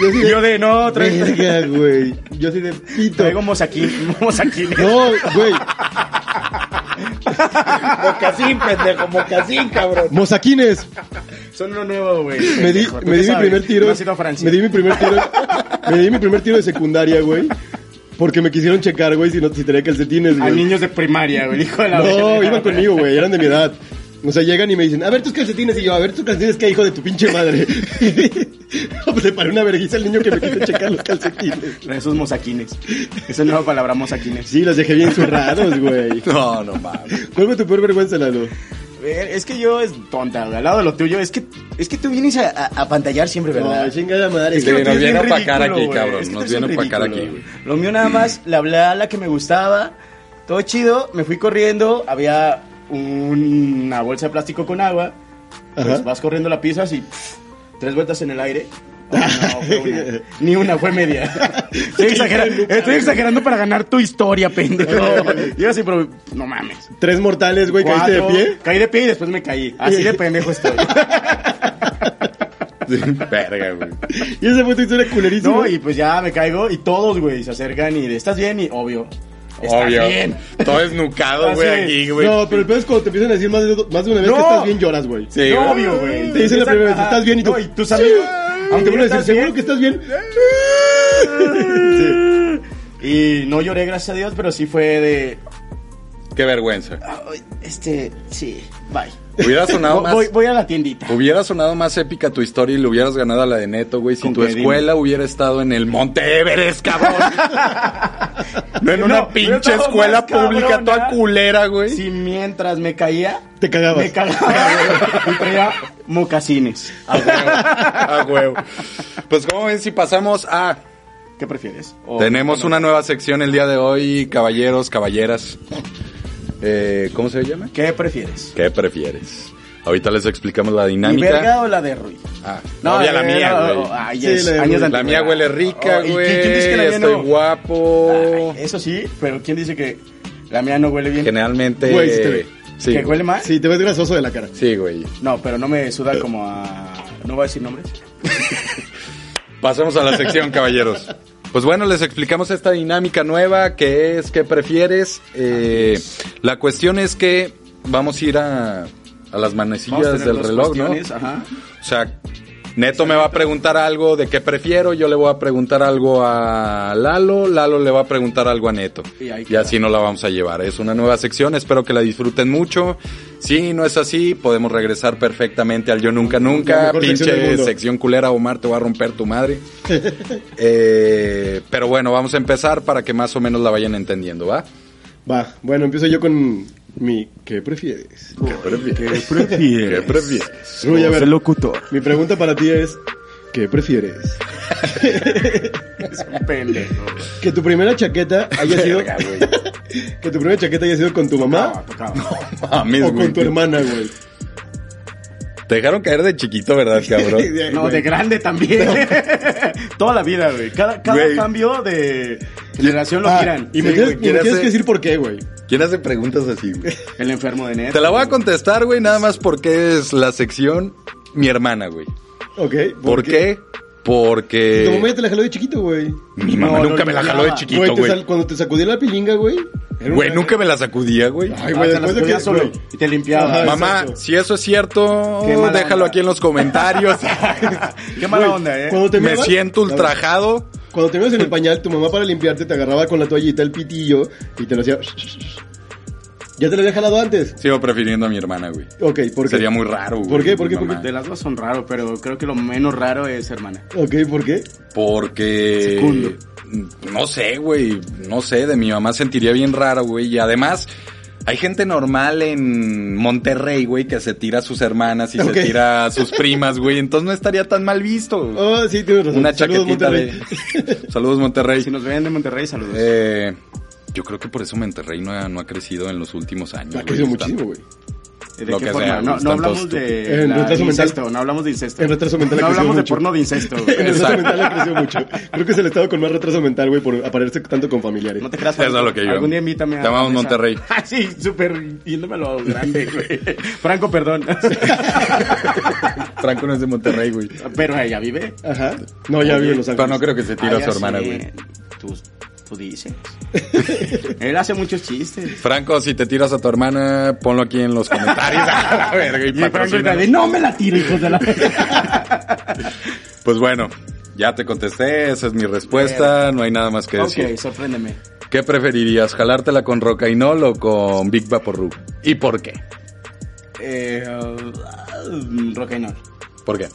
C: Yo así de,
B: Yo de no, traigo,
C: Verga, güey. Yo soy de pito.
B: traigo mosaquín, mosaquín.
C: No, güey.
B: Mocasín, pendejo, mocasín, cabrón.
C: Mosaquines.
B: Son lo nuevo, güey.
C: Me di,
B: pendejo, ¿tú qué
C: me di mi
B: sabes?
C: primer tiro.
B: No has ido a Francia.
C: Me di mi primer tiro. Me di mi primer tiro de secundaria, güey. Porque me quisieron checar, güey, si no si tenía calcetines,
B: A
C: güey.
B: niños de primaria, güey, hijo de la
C: No,
B: verga.
C: iban conmigo, güey. Eran de mi edad. O sea, llegan y me dicen, a ver tus calcetines. Y yo, a ver tus calcetines, que hijo de tu pinche madre. No, pues le paré una vergüenza al niño que me quiso checar los calcetines.
B: Esos mosaquines. Esa es nueva palabra, mosaquines.
C: Sí, los dejé bien zurrados, güey.
A: No, no mames.
C: ¿Cuál fue tu peor vergüenza, Lalo?
B: Ver, Es que yo es tonta, güey. Al lado de lo tuyo, es que, es que tú vienes a, a- a pantallar siempre, ¿verdad?
C: No, chingada madre.
A: Es que
C: güey.
A: nos
B: Pero tú eres
A: viene
B: bien
A: a opacar
B: ridículo,
A: aquí,
B: güey.
A: cabrón,
B: tú
A: nos
B: eres un
A: viene a opacar
B: ridículo.
A: aquí, güey.
B: Lo mío nada más, le hablé a la que me gustaba, todo chido, me fui corriendo, había una bolsa de plástico con agua,
C: Ajá.
B: pues vas corriendo la pizza y pff, tres vueltas en el aire. No, no, fue una. Ni una, fue media. Estoy, exagera- estoy exagerando para ganar tu historia, pendejo. Yo así, pero no mames.
C: Tres mortales, güey, caíste de
B: Cuatro,
C: pie.
B: Caí de pie y después me caí. Así de pendejo estoy.
A: Verga, güey.
C: Y esa fue tu historia culerísima.
B: No, y pues ya me caigo y todos, güey, se acercan y de, ¿estás bien? Y obvio, ¿estás
A: Obvio.
B: bien? Ah,
A: Todo esnucado,
B: Así
A: güey,
B: es.
A: aquí, güey.
C: No, pero el peor es cuando te empiezan a decir más de, más de una vez
B: No.
C: que estás bien, lloras, güey.
A: Sí,
B: No,
A: güey.
B: obvio, güey.
C: Te dicen la
B: Empiezan
C: primera
B: a-
C: vez, ¿estás bien? Y tú,
B: No, y tus amigos.
C: Aunque te van a decir,
B: ¿estás
C: ¿seguro
B: bien?
C: que estás bien?
B: Y no lloré, gracias a Dios, pero sí fue de.
A: Qué vergüenza.
B: "Ay, Este, sí, bye.
A: Hubiera sonado
B: Voy,
A: más.
B: voy a la tiendita.
A: Hubiera sonado más épica tu historia y le hubieras ganado a la de Neto, güey, si
B: ¿Con
A: tu
B: qué? Dime.
A: escuela hubiera estado en el Monte Everest, cabrón. no en una
B: No, hubiera
A: pinche
B: estado
A: escuela
B: más
A: pública, toda
B: cabrona.
A: culera, güey.
B: Si mientras me caía,
C: Te cagabas.
B: me cagaba, güey. Y traía mocasines.
A: A huevo, a huevo. Pues, ¿cómo ven si pasamos a...
B: ¿Qué prefieres? O-
A: Tenemos una nueva sección el día de hoy, caballeros, caballeras. Eh, ¿Cómo se llama?
B: ¿Qué prefieres?
A: ¿Qué prefieres? Ahorita les explicamos la
B: ¿Mi verga
A: dinámica.
B: o la de Rui?
A: Ah, no, había la
B: eh,
A: mía,
B: no,
A: güey.
B: ay,
C: Sí,
B: es
C: la de
B: años de
A: Pues
C: Rui.
A: La
B: antigüedad.
A: mía huele rica,
B: Oh, ¿y
A: güey.
B: quién- quién dice que la mía
A: Estoy
B: no?
A: guapo.
B: Ay, Eso sí, pero ¿quién dice que la mía no huele bien?
A: Generalmente.
C: Güey, sí te ve.
A: sí, Eh.
B: ¿Que huele mal?
C: Sí, te ves grasoso de la cara.
A: Sí, güey.
B: No, pero no me suda como a... ¿No voy a decir nombres?
A: Pasamos a la sección, caballeros. Pues bueno, les explicamos esta dinámica nueva que es qué prefieres. Eh, la cuestión es que vamos a ir a, a las
B: Vamos a
A: manecillas
B: tener
A: del
B: dos
A: reloj, ¿no?
B: cuestiones, Ajá.
A: O sea, Neto me va a preguntar algo de qué prefiero, yo le voy a preguntar algo a Lalo, Lalo le va a preguntar algo a Neto.
B: Y ahí
A: Y
B: queda.
A: así no la vamos a llevar. Es una nueva sección, espero que la disfruten mucho. Si no es así, podemos regresar perfectamente al Yo Nunca
C: La
A: Nunca,
C: mejor sección del
A: pinche
C: mundo.
A: sección culera, Omar, te va a romper tu madre. Eh, pero bueno, vamos a empezar para que más o menos la vayan entendiendo, ¿va?
C: Va, bueno, empiezo yo con mi... ¿Qué prefieres?
A: ¿Qué prefieres?
B: prefieres?
A: ¿Qué prefieres?
C: Uy, a ver,
B: locutor.
C: mi pregunta para ti es... ¿Qué prefieres?
B: Es un pendejo.
C: Que tu primera chaqueta haya sido...
A: Verga, güey.
C: que tu primera chaqueta haya sido con tu
B: No,
C: mamá
B: tocaba.
A: Mames,
C: o
A: güey.
C: con tu hermana, güey.
A: Te dejaron caer de chiquito, ¿verdad, cabrón?
B: No, de grande también. Toda la vida, güey. Cada, cada
A: Güey.
B: cambio de generación lo
C: Ah,
B: miran.
C: y me
A: Sí,
C: tienes,
A: güey,
C: y me
A: quiere
C: tienes
A: hacer-
C: que decir por qué, güey.
A: ¿Quién hace preguntas así, güey?
B: El enfermo de Ah, Ned.
A: Te la voy a contestar, güey, nada más porque es la sección mi hermana, güey.
C: Ok.
A: ¿Por qué? Porque
C: Tu mamá ya te la jaló de chiquito, güey.
A: mi mamá
B: No, no,
A: nunca
B: no,
A: me la
B: no,
A: jaló de
B: no.
A: chiquito,
C: te
A: güey.
C: sal- cuando te sacudía la pilinga, güey. era
A: Güey,
C: una-
A: nunca me la sacudía, güey.
C: Ay, güey,
B: Ah, te
C: después
B: las
C: de que-
B: ponías solo
C: güey.
B: y te limpiaba.
C: Ajá,
A: Mamá,
C: exacto.
A: si eso es cierto,
B: Qué mala
A: déjalo
B: onda.
A: aquí en los comentarios.
B: Qué mala
C: Güey,
B: onda, eh.
C: cuando te
A: Me
C: meabas-
A: siento
C: a ver,
A: ultrajado.
C: Cuando te meabas en el pañal, tu mamá para limpiarte te agarraba con la toallita el pitillo y te lo hacía. ¿Ya te lo había jalado antes?
A: Sigo prefiriendo a mi hermana, güey.
C: Ok, ¿por qué?
A: Sería muy raro, güey.
C: ¿Por qué? ¿Por qué?
A: Mamá.
C: ¿Por
B: De las dos son raros, pero creo que lo menos raro es hermana.
C: Ok, ¿por qué?
A: Porque...
B: Secundo.
A: No sé, güey. No sé, de mi mamá sentiría bien raro, güey. Y además, hay gente normal en Monterrey, güey, que se tira a sus hermanas y
C: Ok.
A: se tira a sus primas, güey. Entonces no estaría tan mal visto.
C: Oh, sí, tienes razón.
A: Una
C: Saludos,
A: chaquetita
C: Monterrey.
A: de... Saludos, Monterrey.
B: Si nos ven de Monterrey, saludos.
A: Eh, yo creo que por eso Monterrey no ha, no ha crecido en los últimos años.
C: Ha
A: güey.
C: crecido
A: Está-
C: muchísimo, güey.
B: ¿De
A: lo
B: qué
A: que
B: forma?
A: sea,
B: no,
A: güey,
B: no
A: están todos
B: hablamos de,
C: En
B: la-
C: retraso
B: de
C: mental.
B: incesto, no hablamos de incesto.
C: En retraso mental ha
B: No
C: crecido
B: hablamos de
C: mucho.
B: porno de incesto. güey.
C: El retraso
A: Exacto.
C: mental ha crecido mucho. Creo que es el estado con más retraso mental, güey, por aparecerse tanto con familiares.
B: No te creas.
A: Eso es
B: Franco.
A: lo que yo.
B: Algún día invítame a...
A: Te amamos,
B: a esa-
A: Monterrey.
B: Ah, sí, súper yéndome a lo grande, güey. Franco, perdón.
A: Franco no es de Monterrey, güey.
B: pero ella vive.
C: Ajá. No, ya vive en Los
A: Pero no
C: Ángeles.
A: creo que se tira
B: Ah,
A: a
B: ya
A: su hermana,
B: sé.
A: güey.
B: Tú, tú dices. Él hace muchos chistes.
A: Franco, si te tiras a tu hermana, ponlo aquí en los comentarios. A la verga, y
B: Y el Franco
A: patrocínanos.
B: está de, no me la tiro, hijos de la...
A: Pues bueno, ya te contesté, esa es mi respuesta, no hay nada más que decir.
B: ok, sorpréndeme.
A: ¿Qué preferirías, jalártela con Rocainol o con Big Vaporub? ¿Y por qué?
B: Eh, uh, rock and roll.
A: ¿Por qué?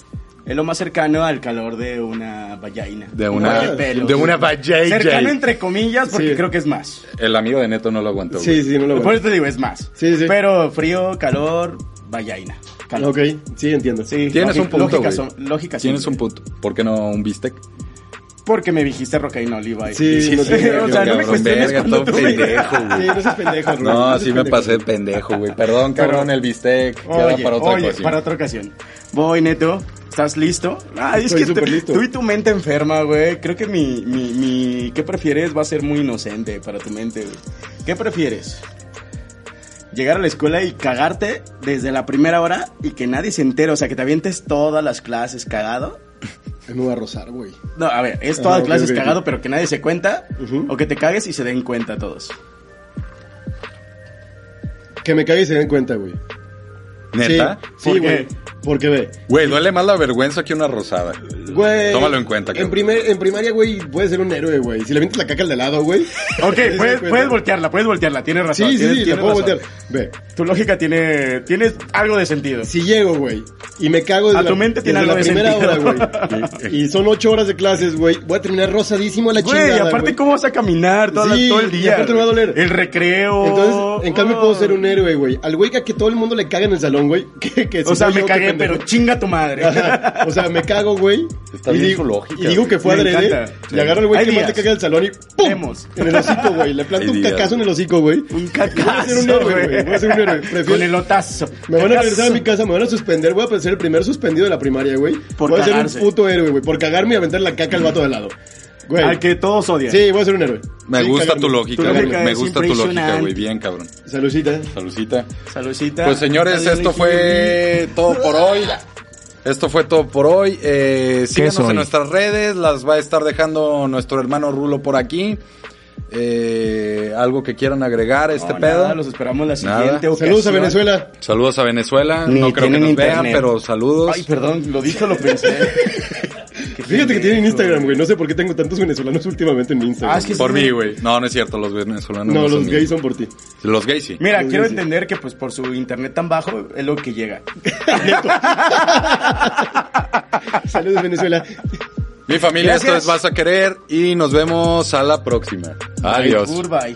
B: Es lo más cercano al calor de una vallaina.
A: De una-
B: pelos.
A: de una vallaina.
B: Cercano entre comillas porque
C: Sí.
B: creo que es más.
A: El amigo de Neto no lo aguantó. güey.
C: Sí, sí, no lo
B: Por
C: veo.
B: eso te digo, es más.
C: Sí, sí.
B: Pero frío, calor, vallaina. Calor.
C: Ah, Ok, sí, entiendo.
B: Sí,
A: Tienes
B: lógica-
A: un punto,
B: Lógica,
A: güey.
B: son- lógica
A: Tienes
B: simple.
A: un punto. ¿Por qué no un bistec?
B: Porque me dijiste roca y no oliva. y-
C: Sí,
B: sí,
C: no
B: sí.
C: tiene nada
B: o
C: que
B: sea,
C: ver,
B: no me
C: cabrón,
B: cuestiones
A: verga,
B: cuando
A: todo
B: tú me-
A: pendejo,
C: Sí,
A: güey.
C: no seas pendejo, Rubén,
A: No,
C: seas
A: sí me
C: pendejo.
A: pasé de pendejo, güey. Perdón,
B: Pero-
A: cabrón, el bistec. Queda
B: Oye,
A: para otra
B: oye,
A: ocasión.
B: para otra ocasión. Voy, Neto. ¿Estás listo? Ah,
C: Estoy
B: es que
C: súper
B: tú-
C: listo.
B: tú y tu mente enferma, güey. Creo que mi, mi, mi... ¿Qué prefieres? Va a ser muy inocente para tu mente, güey. ¿Qué prefieres? Llegar a la escuela y cagarte desde la primera hora y que nadie se entere. O sea, que te avientes todas las clases cagado.
C: Me voy a rozar, güey.
B: No, a ver, es todas
C: Ah,
B: las
C: ok,
B: clases
C: ok.
B: cagado, pero que nadie se cuenta.
C: Ujú.
B: O que te cagues y se den cuenta todos.
C: Que me cague y se den cuenta, güey.
A: ¿Neta?
C: Sí, sí,
B: ¿Por
C: güey.
B: qué?
C: Porque ve.
A: Güey, duele más la vergüenza que una rosada.
C: Güey.
A: Tómalo en cuenta,
C: En,
A: cabrón.
C: primer, en primaria, güey, puedes ser un héroe, güey. Si le avientas la caca al de lado, güey.
B: Ok,
C: nadie
B: puedes,
C: se da cuenta.
B: puedes voltearla, puedes voltearla. Tienes razón.
C: Sí, sí,
B: tienes-
C: sí, la
B: tienes
C: puedo
B: razón.
C: voltear. Ve,
B: Tu lógica tiene, tiene algo de sentido.
C: si llego, güey, y me cago desde
B: A
C: la,
B: tu mente tiene
C: desde
B: algo de
C: la primera
B: sentido.
C: hora, güey. y son ocho horas de clases, güey. Voy a terminar rosadísimo a la
B: Güey,
C: chingada,
B: aparte
C: güey.
B: cómo vas a caminar toda la-
C: Sí,
B: todo el
C: y
B: día.
C: aparte me va a
B: güey?
C: doler.
B: El recreo.
C: Entonces, en cambio
B: Oh.
C: puedo ser un héroe, güey. Al güey que, que todo el mundo le caga en el salón, güey. Que, que
B: O
C: si
B: sea,
C: soy
B: me
C: yo, qué
B: cagué,
C: pendejo.
B: pero chinga tu madre.
C: Ajá. O sea, me cago, güey.
A: Está
C: y
A: bien
C: digo,
A: su lógica,
C: Y digo que fue
B: Me
C: adrede.
B: encanta.
C: Y agarro al güey
B: Hay
C: que más te
B: días.
C: caga en el salón y ¡pum!
B: Vemos.
C: En el hocico, güey. Le
A: Hay
C: planto un
A: días,
C: cacazo en
A: güey.
C: el hocico, güey.
B: Un
C: Voy a ser un
B: cacazo,
C: héroe, güey. Voy a ser un héroe. Prefiero-
B: Con el otazo.
C: Me van a
B: Cacazo.
C: regresar a mi casa, me van a suspender, voy a ser el primer suspendido de la primaria, güey.
B: Por
C: voy a
B: cagarse.
C: ser un puto héroe, güey, por cagarme y aventar la caca al vato de al lado. Güey.
B: Al que todos odian.
C: Sí, voy a ser un héroe.
A: Me
C: Sí,
A: gusta
C: cagarme.
A: tu lógica,
B: Tu
A: güey.
B: lógica
A: Me
B: es
A: gusta tu lógica,
B: impresionante.
A: güey. Bien, cabrón.
C: Salucita.
A: Salucita.
B: Saludcita.
A: Pues señores,
B: Salud,
A: esto
B: Nicky.
A: fue todo por hoy. Esto fue todo por hoy. Eh, síganos
D: soy?
A: en nuestras redes. Las va a estar dejando nuestro hermano Rulo por aquí. Eh, algo que quieran agregar a este
B: No,
A: pedo.
B: nada, los esperamos la
A: Nada.
B: siguiente ocasión.
C: Saludos a Venezuela.
A: Saludos a Venezuela.
B: Ni
A: no creo que
B: tienen
A: nos vean,
B: internet.
A: pero saludos.
B: Ay, perdón, lo dijo, lo pensé. Qué
C: Fíjate que tienen
B: pendejo,
C: Instagram, güey. No sé por qué tengo tantos venezolanos últimamente en mi Instagram.
B: Ah, es que
A: por
B: sí.
A: mí, güey. No, no es cierto. Los venezolanos
C: No,
A: no son
C: los
A: míos.
C: gays son por ti.
A: Los gays sí.
B: Mira,
C: Muy
B: quiero
C: bien, sí.
B: entender que pues por su internet tan bajo es lo que llega.
C: Saludos, Venezuela.
A: Mi familia, esto
B: Gracias.
A: es Vas a Querer y nos vemos a la próxima. Adiós.
B: Goodbye.